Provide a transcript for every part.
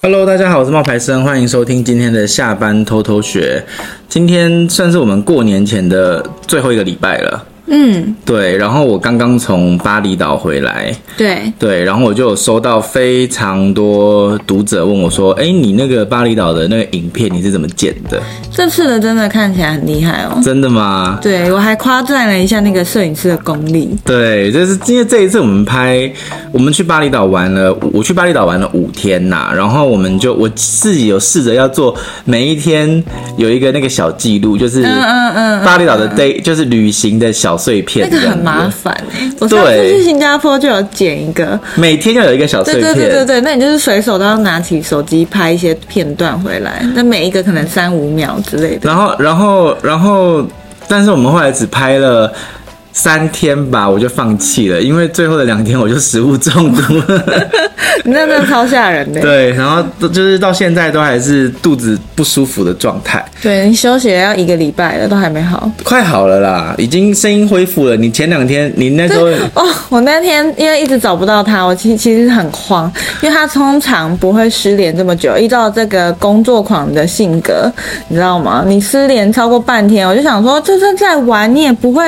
Hello，大家好，我是冒牌生，欢迎收听今天的下班偷偷学。今天算是我们过年前的最后一个礼拜了，嗯，对。然后我刚刚从巴厘岛回来，对，对，然后我就有收到非常多读者问我说：“哎，你那个巴厘岛的那个影片你是怎么剪的？这次的真的看起来很厉害哦。真的吗？”对我还夸赞了一下那个摄影师的功力，对，就是因为这一次我们拍，我们去巴厘岛玩了，我去巴厘岛玩了五天呐、然后我们就我自己有试着要做每一天有一个那个小记录，就是嗯嗯 嗯巴厘岛的 day，就是旅行的小碎片那这个样子，很麻烦欸。我上次对去新加坡就有剪一个，每天要有一个小碎对对片，对对对，那你就是随手都要拿起手机拍一些片段回来，那每一个可能三五秒之类 的。然后然后然后，但是我们后来只拍了。三天吧，我就放弃了，因为最后的两天我就食物中 毒了。那真的超吓人的。对，然后都就是到现在都还是肚子不舒服的状态，对你休息了要一个礼拜了，都还没好。快好了啦，已经声音恢复了。你前两天你那时候 哦，我那天因为一直找不到他，我其其实很慌，因为他通常不会失联这么久。依照这个工作狂的性格，你知道吗？你失联超过半天，我就想说，就算在玩，你也不会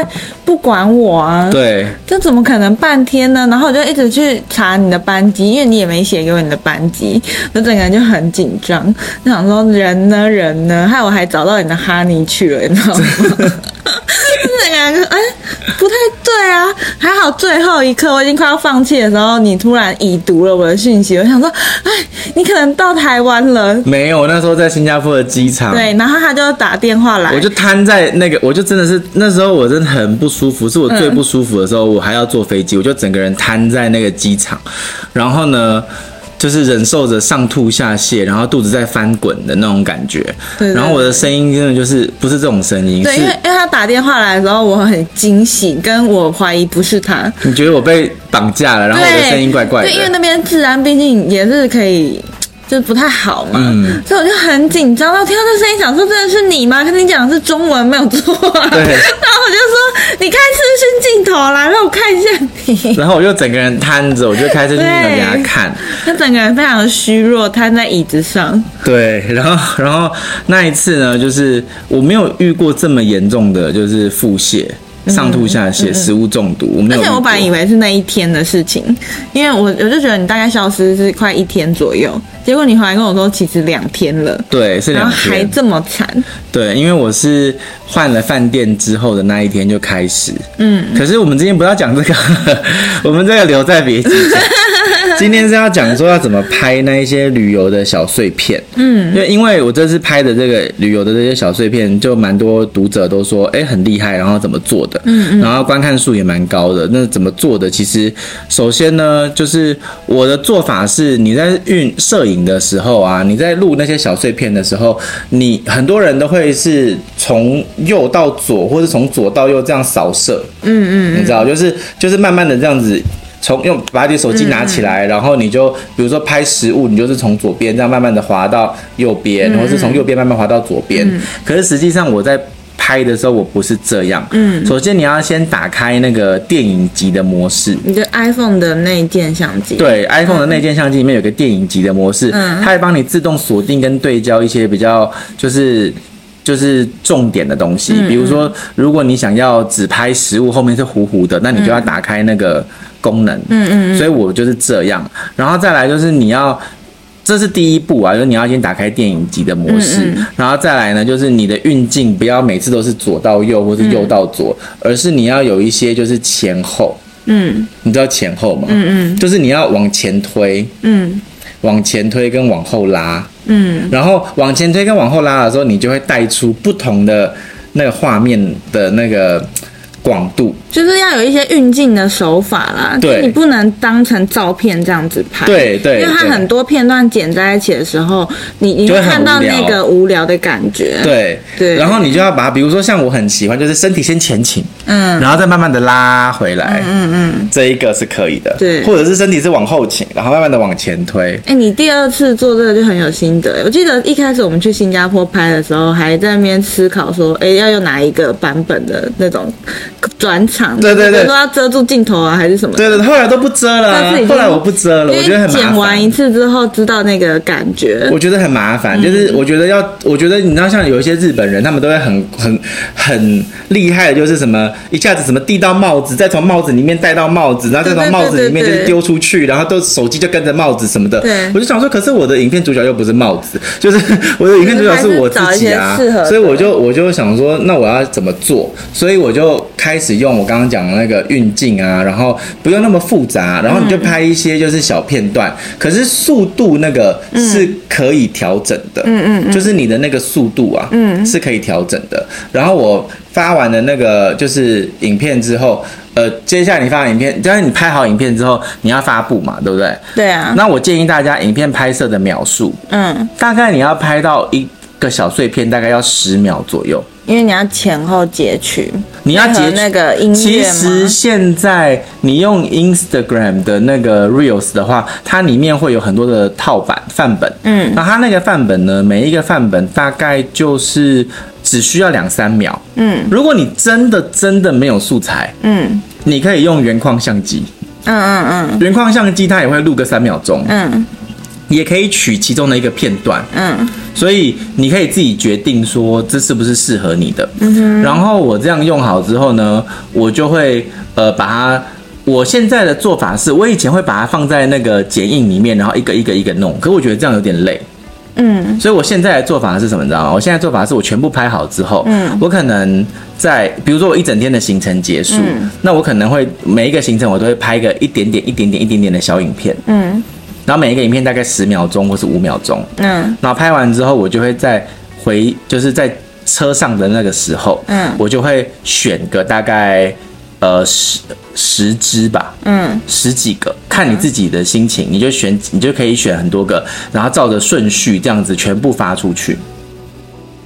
不管我啊。对这怎么可能半天呢？然后我就一直去查你的班级，因为你也没写给我你的班级，我整个人就很紧张，就想说人呢人呢，害我还找到你的哈尼去了，你知道吗？就整个人就哎不太对啊，还好最后一刻我已经快要放弃的时候，你突然已读了我的讯息，我想说哎，你可能到台湾了，没有，我那时候在新加坡的机场，对，然后他就打电话来啊我，就瘫在那个，我就真的是那时候我真的很不舒服，是我嗯最不舒服的时候，我还要坐飞机，我就整个人瘫在那个机场，然后呢。就是忍受着上吐下泻，然后肚子在翻滚的那种感觉，对对然后我的声音真的就是不是这种声音，对，因为是因为他打电话来的时候我很惊喜，跟我怀疑不是他。你觉得我被绑架了，然后我的对声音怪怪的，对，因为那边治安毕竟也是可以。就不太好嘛，嗯所以我就很紧张。然后听到这声音，想说真的是你吗？跟你讲的是中文，没有错、啊。对 然后我就说你开视讯镜头啦，让我看一下 你。然后我就整个人瘫着，我就开车去那边给他看。他整个人非常的虚弱，瘫在椅子上。 对，然后然后那一次呢，就是我没有遇过这么严重的，就是腹泻、嗯上吐下泻、食物中毒，我没而有遇且过。我本来以为是那一天的事情，因为我我就觉得你大概消失是快一天左右，结果你回来跟我说其实两天了，对是然两后还天，这么惨。对，因为我是换了饭店之后的那一天就开始。嗯，可是我们今天不要讲这个， 我们这个留在别集讲。 今天是要讲说要怎么拍那一些旅游的小碎片，嗯，因为因为我这次拍的这个旅游的这些小碎片，就蛮多读者都说，哎、很厉害，然后怎么做的，嗯嗯，然后观看数也蛮高的。那怎么做的？其实首先呢，就是我的做法是，你在运摄影的时候啊，你在录那些小碎片的时候，你很多人都会是从右到左，或是从左到右这样扫射，嗯嗯，你知道，就是就是慢慢的这样子。从用把你的手机拿起来，然后你就比如说拍食物，你就是从左边这样慢慢的滑到右边，或是从右边慢慢滑到左边。可是实际上我在拍的时候，我不是这样。嗯，首先你要先打开那个电影级的模式。你的 iPhone 的那一件相机，对，iPhone 的内建相机里面有个电影级的模式，嗯它会帮你自动锁定跟对焦一些比较就是。就是重点的东西，嗯比如说，如果你想要只拍食物，后面是糊糊的，那你就要打开那个功能。嗯嗯。所以我就是这样，然后再来就是你要，这是第一步啊，就是你要先打开电影级的模式，嗯然后再来呢，就是你的运镜不要每次都是左到右或是右到左，而是你要有一些就是前后。嗯你知道前后吗？嗯就是你要往前推，嗯往前推跟往后拉，嗯然后往前推跟往后拉的时候，你就会带出不同的那个画面的那个呃广度。，就是要有一些运镜的手法啦，对就你不能当成照片这样子拍，对对因为它对很多片段剪在一起的时候，你你就会会很看到无聊那个无聊的感觉，，对对然后你就要把它，比如说像我很喜欢，就是身体先前倾，嗯然后再慢慢的拉回来，嗯嗯。这一个是可以的。对或者是身体是往后倾，然后慢慢的往前推。哎、你第二次做这个就很有心得。我记得一开始我们去新加坡拍的时候，还在那边思考说，哎、要用哪一个版本的那种转场，对对对比如说要遮住镜头啊，还是什么的。对对，对后来都不遮了啊、但是已经后来我不遮了，我觉得很因为剪麻完一烦。次之后，知道那个感觉。我觉得很麻烦，嗯就是我觉得要，我觉得你知道，像有一些日本人，他们都会很很很厉害的，就是什么一下子什么递到帽子，再从帽子里面戴到帽子，然后再从对对对帽子里面就对是对丢出去，然后都手机就跟着帽子什么的对。我就想说，可是我的影片主角又不是帽子，就是 我的影片主角是我自己啊还是找一些适合，的所以我就我就想说，那我要怎么做？所以我就开始用我刚刚讲的那个运镜啊，然后不用那么复杂，然后你就拍一些就是小片段，可是速度那个是可以调整的，嗯嗯，就是你的那个速度啊，嗯，是可以调整的。然后我发完了那个就是影片之后。呃，接下来你发完影片，就是你拍好影片之后，你要发布嘛，对不对？对啊，那我建议大家，影片拍摄的秒数，嗯，大概你要拍到一个小碎片，大概要十秒左右。因为你要前后截取，你要配合截取那个音乐其吗实现在你用 Instagram 的那个 Reels 的话，它里面会有很多的套版范本。嗯，那它那个范本呢，每一个范本大概就是只需要两三秒。嗯如果你真的真的没有素材，嗯你可以用原框相机，嗯嗯原框相机它也会录个三秒钟，嗯也可以取其中的一个片段。嗯所以你可以自己决定说这是不是适合你的。嗯然后我这样用好之后呢，我就会呃把它。我现在的做法是，我以前会把它放在那个剪映里面，然后一个一个一个弄。可我觉得这样有点累，嗯所以我现在的做法是什么？你知道吗？我现在做法是我全部拍好之后，嗯我可能在比如说我一整天的行程结束，嗯那我可能会每一个行程我都会拍个一点点、一点点、一点点的小影片，嗯然后每一个影片大概十秒钟或是五秒钟，嗯然后拍完之后，我就会在回，就是在车上的那个时候，嗯我就会选个大概呃十十支吧，嗯十几个，看你自己的心情，你就选，你就可以选很多个，然后照着顺序这样子全部发出去，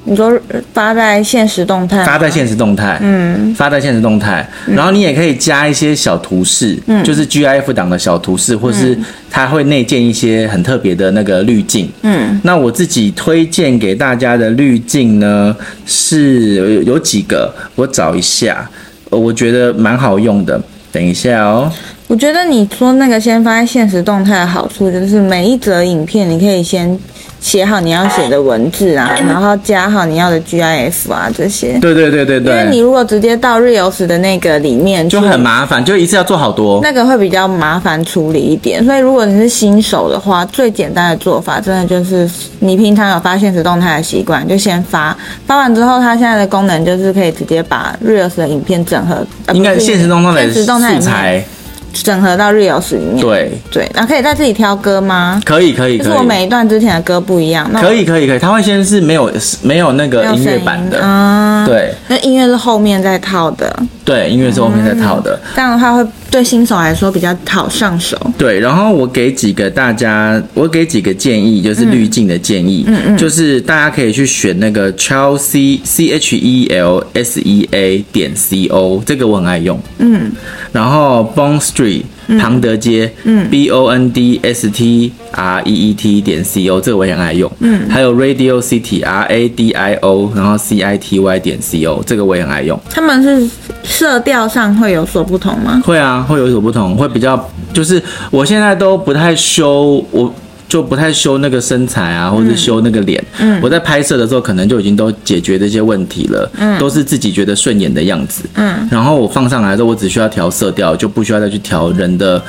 你说发在现实动态吗，发在现实动态，嗯发在现实动态，然后你也可以加一些小图示，嗯就是 GIF 档的小图示，或是它会内建一些很特别的那个滤镜，嗯那我自己推荐给大家的滤镜呢，是有有几个，我找一下，呃我觉得蛮好用的。等一下哦，我觉得你说那个先发在现实动态的好处，就是每一则影片你可以先写好你要写的文字啊，然后加好你要的 GIF 啊这些。对对对对因为你对，如果直接到 Reels 的那个里面就去，很麻烦，就一次要做好多。那个会比较麻烦处理一点，所以如果你是新手的话，最简单的做法真的就是你平常有发现实动态的习惯，就先发，发完之后，它现在的功能就是可以直接把 Reels 的影片整合，呃应该不是是现实动态的现实动态素里面材，整合到 Reels 里面。对，对，那可以再自己挑歌吗？可以可以就是可我以，每一段之前的歌不一样，那我可以可以可以，它会先是没有没有那没个有音声乐音版的，啊。对那音乐是后面再套的，对，音乐是后面再套的。这样的话会对新手来说比较好上手。对，然后我给几个大家，我给几个建议，就是滤镜的建议，嗯嗯，就是大家可以去选那个 Chelsea C H E L S E A 点 C O，这个我很爱用，嗯，然后 Bond Street 庞德街，嗯，B O N D S T R E E T 点 C O，这个我也很爱用，嗯，还有 Radio City R A D I O，然后 C I T Y 点 C O，这个我也很爱用。他们是色调上会有所不同吗？会啊，会有所不同，会比较就是我现在都不太修，我就不太修那个身材啊，或是修那个脸。嗯，我在拍摄的时候可能就已经都解决这些问题了，嗯，都是自己觉得顺眼的样子。嗯，然后我放上来之后，我只需要调色调，就不需要再去调人的。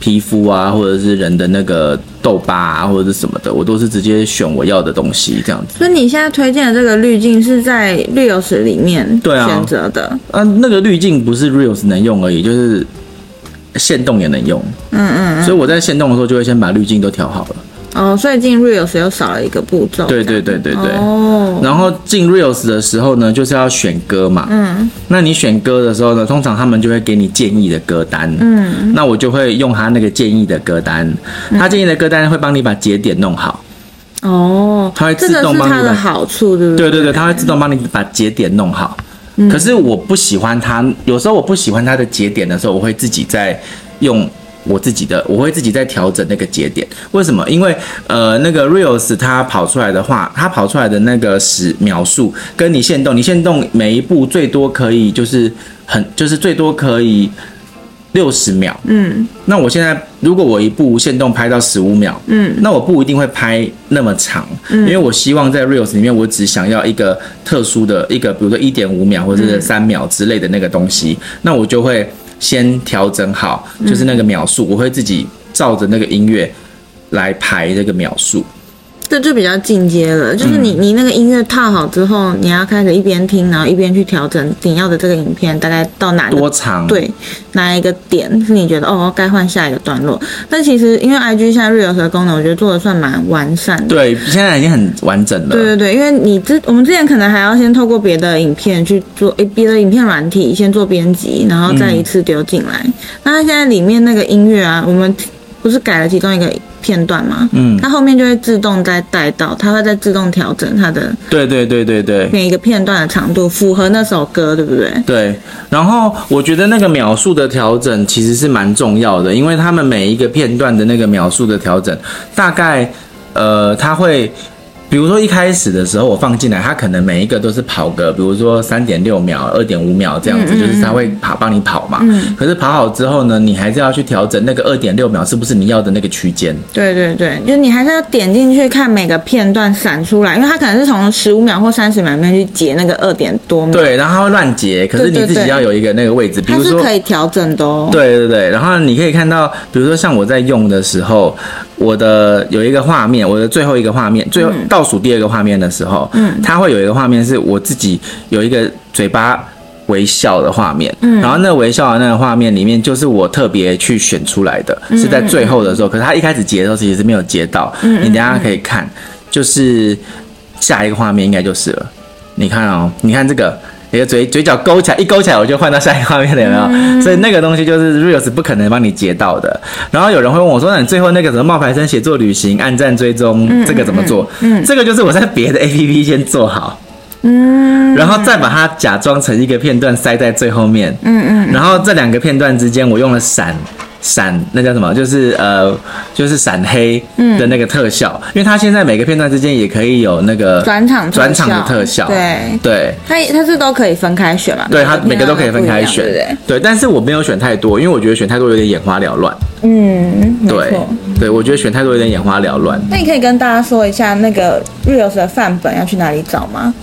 皮肤啊，或者是人的那个痘疤啊，或者是什么的，我都是直接选我要的东西这样子。所以你现在推荐的这个滤镜是在绿油石里面对啊选择的，啊，那个滤镜不是 Reels 能用而已，就是线动也能用。嗯嗯，所以我在限动的时候就会先把滤镜都调好了。哦，所以进绿油石又少了一个步骤，对对对对对。哦，然后进 Reels 的时候呢，就是要选歌嘛。嗯那你选歌的时候呢，通常他们就会给你建议的歌单。嗯。那我就会用他那个建议的歌单，嗯他建议的歌单会帮你把节点弄好。哦，它会这自个动是帮它你的把好处，对不嗯对对对，它会自动帮你把节点弄好。可是我不喜欢它，有时候我不喜欢它的节点的时候，我会自己再用我自己的，我会自己再调整那个节点。为什么？因为呃，那个 reels 它跑出来的话，它跑出来的那个时秒数跟你限动，你限动每一步最多可以就是很就是最多可以六十秒。嗯那我现在如果我一步限动拍到十五秒，嗯，那我不一定会拍那么长，因为我希望在 reels 里面，我只想要一个特殊的一个，比如说一点五秒或者是三秒之类的那个东西，嗯那我就会先调整好，就是那个秒数，我会自己照着那个音乐来排这个秒数。这就比较进阶嗯了，就是你、你那个音乐套好之后，你要开始一边听，然后一边去调整你要的这个影片大概到哪个多长？，对哪一个点是你觉得哦该换下一个段落。但其实因为 IG 现在 Reels 的功能，我觉得做的算蛮完善的。对，现在已经很完整了。对对对，因为你之我们之前可能还要先透过别的影片去做，诶别的影片软体先做编辑，然后再一次丢进嗯来。那它现在里面那个音乐啊，我们不是改了其中一个片段吗？嗯它后面就会自动再带到，它会再自动调整它的对对对对对。每一个片段的长度，符合那首歌，对不对？对，然后我觉得那个秒数的调整其实是蛮重要的，因为他们每一个片段的那个秒数的调整，大概呃，他会，比如说一开始的时候我放进来，他可能每一个都是跑个，比如说三点六秒、二点五秒这样子，嗯就是他会跑帮你跑嘛。可是跑好之后呢，你还是要去调整那个二点六秒是不是你要的那个区间。对对对，就是你还是要点进去看每个片段闪出来，因为它可能是从十五秒或三十秒里面去截那个二点多秒，对，然后他会乱截，可是你对自对己对要有一个那个位置，比它如是说可以调整的哦。对对对，然后你可以看到，比如说像我在用的时候，我的有一个画面，我的最后一个画面，最后倒数第二个画面的时候，嗯，它会有一个画面是我自己有一个嘴巴微笑的画面，嗯，然后那微笑的那个画面里面就是我特别去选出来的，是在最后的时候，可是它一开始截的时候其实是没有截到，嗯，你等一下可以看，就是下一个画面应该就是了。你看哦，你看这个，你的嘴嘴角勾起来，一勾起来我就换到下一个画面了，有没有？所以那个东西就是 Reels 不可能帮你截到的。然后有人会问我说：“那你最后那个什么冒牌生写作旅行、按赞追踪，这个怎么做？”这个就是我在别的 APP 先做好，嗯然后再把它假装成一个片段塞在最后面。嗯嗯，然后这两个片段之间，我用了闪闪，那叫什么？就是呃，就是闪黑的那个特效，因为它现在每个片段之间也可以有那个转场特效转场的特效。对对。它也它是都可以分开选嘛？对，它片每个都段可以分不一开样选对不对？，对，但是我没有选太多，因为我觉得选太多有点眼花缭乱。嗯，没对错。，对，我觉得选太多有点眼花缭乱。那你可以跟大家说一下那个 Reels 的范本要去哪里找吗？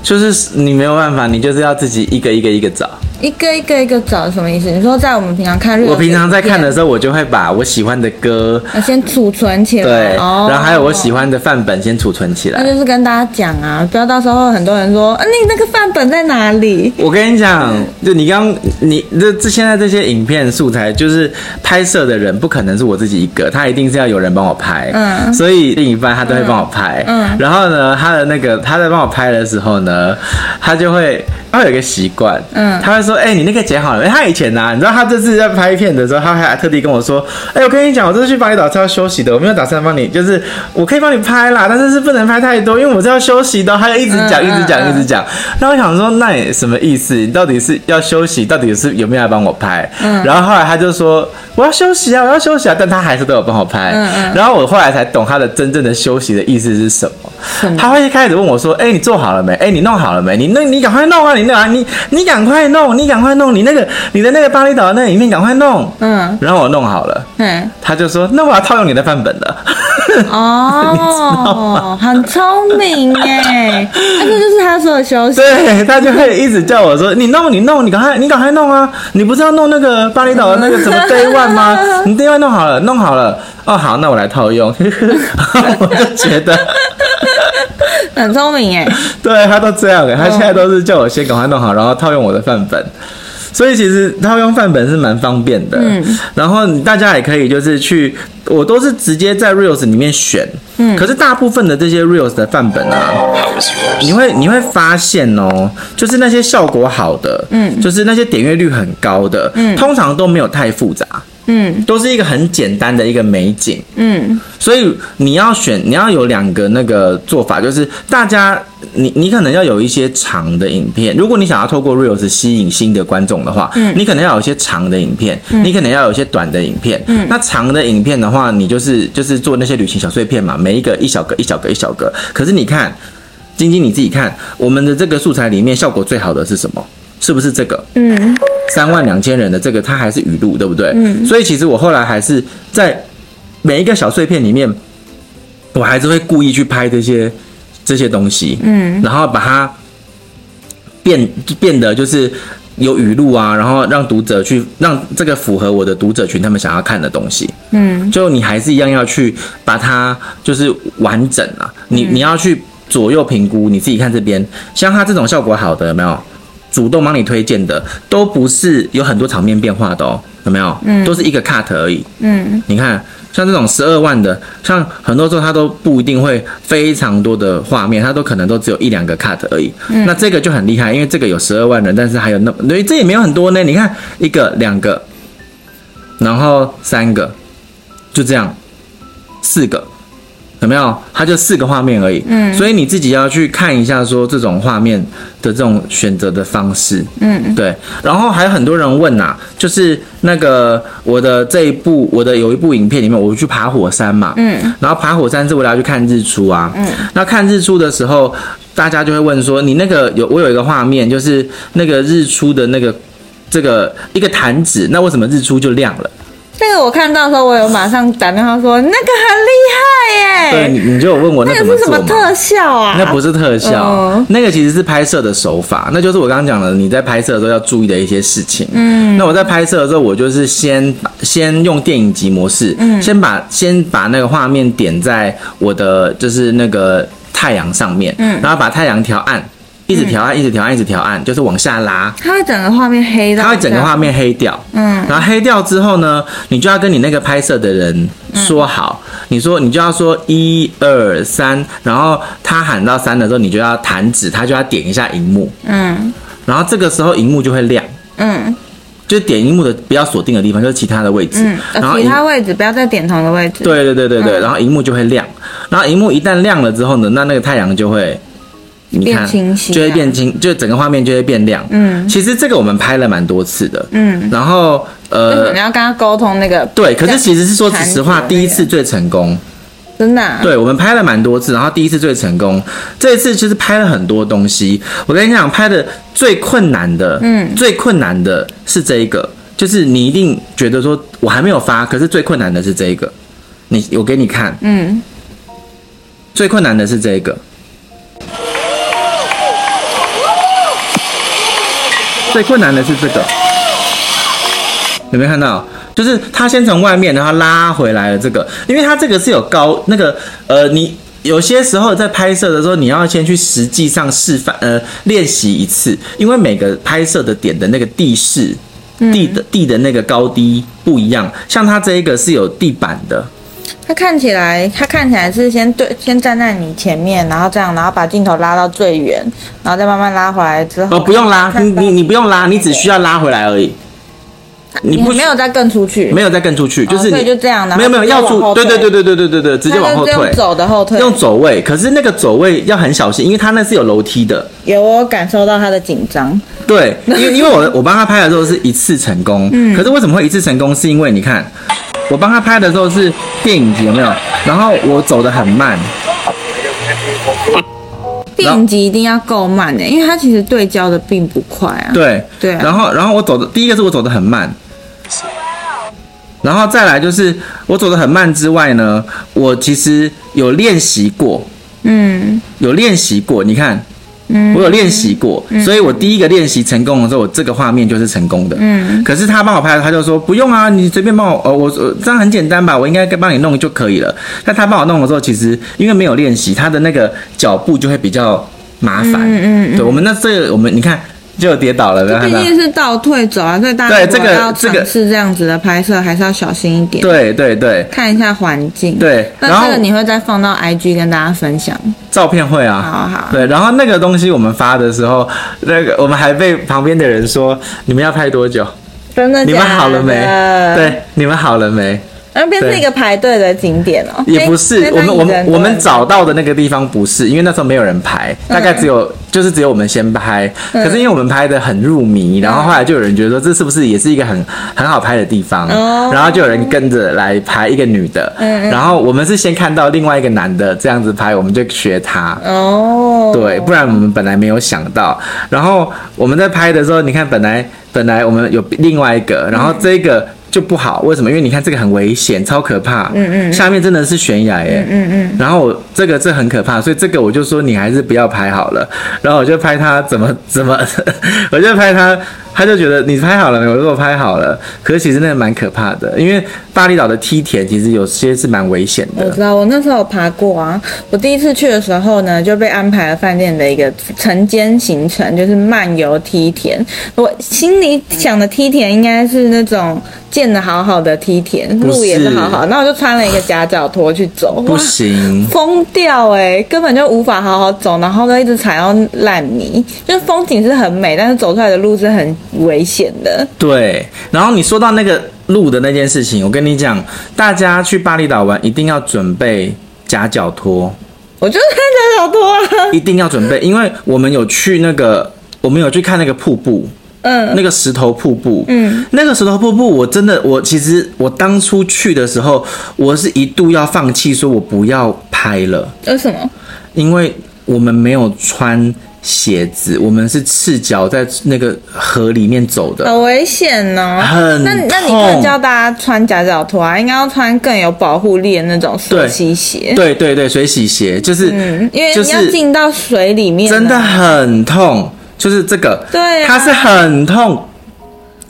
就是你没有办法，你就是要自己一个一个一个找。一个一个一个找是什么意思？你说在我们平常看 Reels，我平常在看影的片，时候，我就会把我喜欢的歌，要先储存起来，对，哦然后还有我喜欢的范本先储存起那来。就是跟大家讲啊，不要到时候很多人说，啊，你那个范本在哪里？我跟你讲，就你刚你这这现在这些影片素材，就是拍摄的人不可能是我自己一个，他一定是要有人帮我拍。嗯所以另一半他都会帮我拍。嗯然后呢，他的那个他在帮我拍的时候呢，他就会他会有一个习惯，嗯他会说，哎、你那个剪好了没？因为他以前呐、啊你知道他这次在拍片的时候，他还特地跟我说，哎、我跟你讲，我这次去巴厘岛是要休息的，我没有打算帮你，就是我可以帮你拍啦，但是是不能拍太多，因为我是要休息的。他就一直讲，嗯一直讲，嗯一直讲。然后我想说，那你什么意思？你到底是要休息，到底是有没有来帮我拍？嗯然后后来他就说，我要休息啊，我要休息啊，但他还是都有帮我拍。嗯嗯然后我后来才懂他的真正的休息的意思是什么。什么他会一开始问我说：“哎、你做好了没？哎、你弄好了没？你那你赶快弄啊！你那啊你你赶快弄，你赶快弄，你那个你的那个巴厘岛那里面赶快弄。”嗯，然后我弄好了， 嗯，他就说：“那我要套用你的范本了。哦，很聪明哎， 啊这就是他说的休息。对他就会一直叫我说：“你弄，你弄，你赶快，你赶快弄啊！你不是要弄那个巴厘岛的那个什么 day one 吗？你 day one 弄好了，弄好了。哦，好，那我来套用。” 然后我就觉得。很聪明哎，对他都这样欸，他现在都是叫我先赶快弄好，然后套用我的范本。所以其实套用范本是蛮方便的，嗯，然后大家也可以就是去，我都是直接在 Reels 里面选，嗯，可是大部分的这些 Reels 的范本啊，你会你会发现哦，就是那些效果好的，嗯，就是那些点阅率很高的，嗯，通常都没有太复杂，嗯，都是一个很简单的一个美景，嗯，所以你要选，你要有两个那个做法，就是大家，你你可能要有一些长的影片，如果你想要透过 reels 吸引新的观众的话，嗯，你可能要有一些长的影片，你可能要有一些短的影片，嗯，那长的影片的话，你就是就是做那些旅行小碎片嘛，每一个一小个一小个一小个，可是你看。晶晶你自己看，我们的这个素材里面效果最好的是什么？是不是这个？嗯，三万两千人的这个，它还是语录，对不对？嗯，所以其实我后来还是在每一个小碎片里面，我还是会故意去拍这些这些东西，嗯，然后把它变变得就是有语录啊，然后让读者去让这个符合我的读者群他们想要看的东西，嗯，就你还是一样要去把它就是完整啊，你、你要去左右评估，你自己看这边，像它这种效果好的有没有？主动帮你推荐的都不是有很多场面变化的哦，有没有？嗯，都是一个 cut 而已。嗯，你看像这种十二万的，像很多时候它都不一定会非常多的画面，它都可能都只有一两个 cut 而已。嗯，那这个就很厉害，因为这个有十二万人，但是还有那，对，这也没有很多呢。你看一个、两个，然后三个，就这样，四个。有没有？它就四个画面而已，嗯，所以你自己要去看一下，说这种画面的这种选择的方式，嗯，对。然后还有很多人问呐、啊就是那个我的这一部，我的有一部影片里面，我去爬火山嘛，嗯，然后爬火山是为了要去看日出啊，嗯，那看日出的时候，大家就会问说，你那个有我有一个画面，就是那个日出的那个这个一个弹指，那为什么日出就亮了？这个我看到的时候，我有马上打电话说那个很厉害对，耶，你你就有问哎我那那怎个么是什做么吗？特效啊？那不是特效，嗯那个其实是拍摄的手法，那就是我刚刚讲的，你在拍摄的时候要注意的一些事情。嗯，那我在拍摄的时候，我就是先先用电影级模式，嗯，先把先把那个画面点在我的就是那个太阳上面，嗯，然后把太阳调暗，一直调暗，一直调暗，一直调暗，就是往下拉，它会整个画面黑的，它会整个画面黑掉，嗯，然后黑掉之后呢，你就要跟你那个拍摄的人说好，嗯你说你就要说一二三，然后他喊到三的时候，你就要弹指，他就要点一下荧幕，嗯然后这个时候荧幕就会亮，嗯就是点荧幕的不要锁定的地方，就是其他的位置，嗯，然后其荧他位置嗯不要再点同一个位置，，对对对对对，然后荧幕就会亮，然后荧幕一旦亮了之后呢，那那个太阳就会。你看变清晰啊就会变清，就整个画面就会变亮。嗯，其实这个我们拍了蛮多次的。嗯，然后呃你，要跟他沟通那个，对，可是其实是说这样实话，缠着那个第一次最成功。真的啊，对，我们拍了蛮多次，然后第一次最成功。这一次就是拍了很多东西。我跟你讲，拍的最困难的，嗯，最困难的是这一个，就是你一定觉得说我还没有发，可是最困难的是这一个。你，我给你看，嗯，最困难的是这个。最困难的是这个，有没有看到？就是它先从外面，然后拉回来了这个，因为它这个是有高那个呃，你有些时候在拍摄的时候，你要先去实际上示范呃练习一次，因为每个拍摄的点的那个地势。地的地的那个高低不一样，像它这一个是有地板的，他看起来，他看起来是先对，先站在你前面，然后这样，然后把镜头拉到最远，然后再慢慢拉回来之后，哦，不用拉，你看到你你不用拉，你只需要拉回来而已。你你不没有再更出去，没有再更出去，就是所你以就这样然后没有没有直接要往出，后对退对对对对对对对，直他接就往后是用退，走的后退，用走位。可是那个走位要很小心，因为它那是有楼梯的。有我有感受到他的紧张，对，因为因为我我帮他拍的时候是一次成功，可是为什么会一次成功？是因为你看，我帮他拍的时候是电影级有没有？然后我走得很慢，电影级一定要够慢的、因为他其实对焦的并不快啊，，对对啊然后然后我走的第一个是我走的很慢，然后再来就是我走的很慢之外呢，我其实有练习过，嗯有练习过，你看。我有练习过，所以我第一个练习成功的时候，我这个画面就是成功的。嗯，可是他帮我拍，他就说不用啊，你随便帮我，呃，我呃这样很简单吧，我应该帮你弄就可以了。但他帮我弄的时候，其实因为没有练习，他的那个脚步就会比较麻烦。嗯嗯对，我们那这个我们你看就有跌倒了，没有看毕到？竟是倒退走啊，所以大对家如果这个要这个尝试这样子的拍摄，还是要小心一点，，对对对看一下环境，。对，然那后这个你会再放到 IG 跟大家分享，照片会啊，好好对，然后那个东西我们发的时候，那个我们还被旁边的人说你们要拍多久？真的假你的？们好了没？对，你们好了没？那边是一个排队的景点哦、也不是那，我们我那你人们多我们吗找到的那个地方不是，因为那时候没有人拍，嗯大概只有、就是只有我们先拍，可是因为我们拍的很入嗯迷，然后后来就有人觉得说这是不是也是一个很很好拍的地方，哦嗯然后就有人跟着来拍一个女的，然后我们是先看到另外一个男的这样子拍，我们就学他，哦，对，不然我们本来没有想到。然后我们在拍的时候，你看本来本来我们有另外一个，然后这个就不好，为什么？因为你看这个很危险，超可怕。嗯嗯。下面真的是悬崖耶。嗯嗯。然后我这个这很可怕，所以这个我就说你还是不要拍好了。然后我就拍他怎么怎么， 我就拍他，他就觉得你拍好了没有？我说我拍好了，可是其实那个蛮可怕的，因为巴厘岛的梯田其实有些是蛮危险我的。知道，我那时候有爬过啊。我第一次去的时候呢，就被安排了饭店的一个晨间行程，就是漫游梯田。我心里想的梯田应该是那种建的好好的梯田，不是路也是好好，然后我就穿了一个夹脚拖去走，不哇行，疯掉哎、根本就无法好好走，然后都一直踩到烂泥。就是风景是很美，但是走出来的路是很危险的。对，然后你说到那个路的那件事情，我跟你讲，大家去巴厘岛玩一定要准备夹脚拖，我就是穿夹脚拖啊， 一定要准备，因为我们有去那个，我们有去看那个瀑布，嗯，那个石头瀑布，嗯，那个石头瀑布，我真的，我其实我当初去的时候，我是一度要放弃，说我不要拍了，为什么？因为我们没有穿鞋子，我们是赤脚在那个河里面走的。好危险哦！很那那你痛更教大家穿夹脚拖啊，应该要穿更有保护力的那种溯溪鞋。对对对，水洗鞋就是，嗯，因为就你要是进到水里面、啊真的。很痛，就是这个，对啊它是很痛，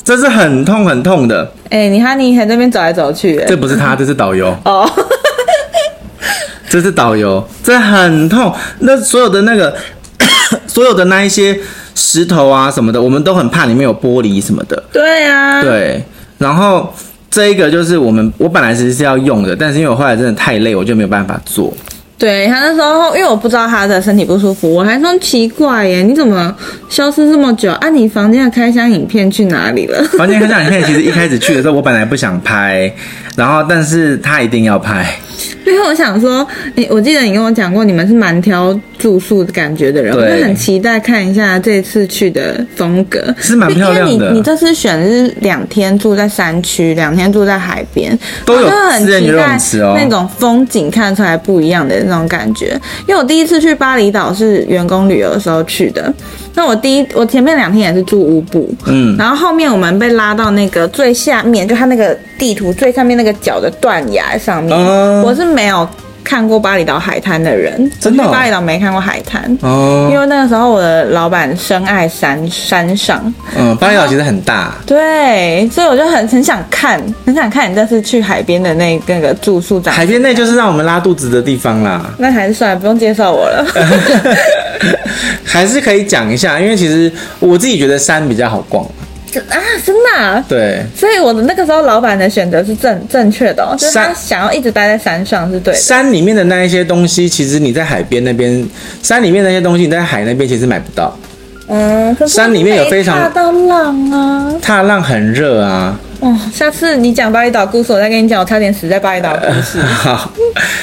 这是很痛很痛的，哎、你看你还在那边走来走去、这哎不是他，这是导游，哦， 这是导游，这很痛，那所有的那个 所有的那一些石头啊什么的，我们都很怕里面有玻璃什么的，对啊，对，然后。这一个就是我们，我本来其实是要用的，但是因为我后来真的太累，我就没有办法做。对他那时候，因为我不知道他的身体不舒服，我还说奇怪耶，你怎么消失这么久？啊，你房间的开箱影片去哪里了？房间开箱影片其实一开始去的时候，我本来不想拍，然后但是他一定要拍， 因为我想说，你我记得你跟我讲过，你们是蛮挑住宿的感觉的人，我对就很期待看一下这次去的风格，是蛮漂亮的因为你你这次选的是两天住在山区，两天住在海边，都有我就很私人期游待泳池哦那种风景看出来不一样的那种感觉。因为我第一次去巴厘岛是员工旅游的时候去的，那我第一我前面两天也是住乌布，嗯然后后面我们被拉到那个最下面，就它那个地图最上面那个角的断崖上面。哦我是没有看过巴厘岛海滩的人，真的哦我去巴厘岛没看过海滩。哦，因为那个时候我的老板深爱山山上，嗯，巴厘岛其实很大，对，所以我就很很想看，很想看你这次去海边的那那个住宿长。海边内就是让我们拉肚子的地方啦， 那还是算了，不用介绍我了。 还是可以讲一下，因为其实我自己觉得山比较好逛，啊，真的啊、对，所以我的那个时候老板的选择是正正确的、哦，就是他山想要一直待在山上是对的。山里面的那一些东西，其实你在海边那边，山里面那些东西你在海那边其实买不到，嗯，可是山里面有非常大到浪啊！踏浪很热啊。哦，下次你讲巴厘岛故事，我再跟你讲，我差点死在巴厘岛的故 事。好，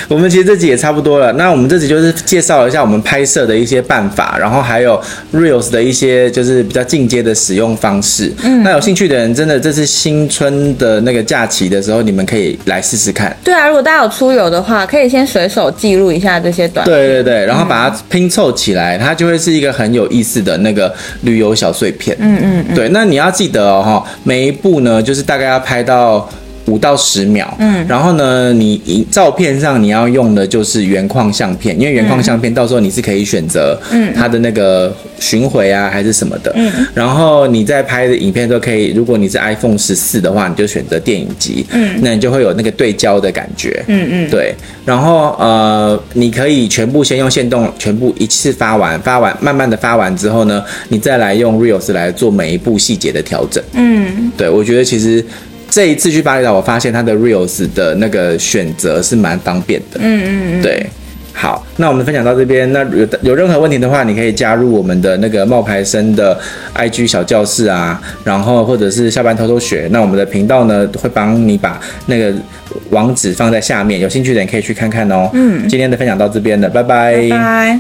我们其实这集也差不多了。那我们这集就是介绍了一下我们拍摄的一些办法，然后还有 reels 的一些就是比较进阶的使用方式。嗯，那有兴趣的人，真的这次新春的那个假期的时候，你们可以来试试看。对啊，如果大家有出游的话，可以先随手记录一下这些短。对对对，然后把它拼凑起来，它就会是一个很有意思的那个旅游小碎片。嗯嗯对，那你要记得哦，哈，每一步呢，就是大概要拍到。五到十秒，嗯，然后呢，你一照片上你要用的就是原矿相片，因为原矿相片到时候你是可以选择，嗯，它的那个巡回啊还是什么的，嗯，然后你在拍的影片都可以，如果你是 iPhone 十四的话，你就选择电影机，嗯，那你就会有那个对焦的感觉，嗯嗯，对，然后呃，你可以全部先用线动全部一次发完，发完慢慢的发完之后呢，你再来用 Reels 来做每一步细节的调整。嗯，对我觉得其实这一次去巴厘岛，我发现它的 Reels 的那个选择是蛮方便的。嗯嗯嗯，对。好，那我们分享到这边，那有有任何问题的话，你可以加入我们的那个冒牌生的 IG 小教室啊，然后或者是下班偷偷学。那我们的频道呢，会帮你把那个网址放在下面，有兴趣的人可以去看看哦。嗯，今天的分享到这边了，拜拜拜拜。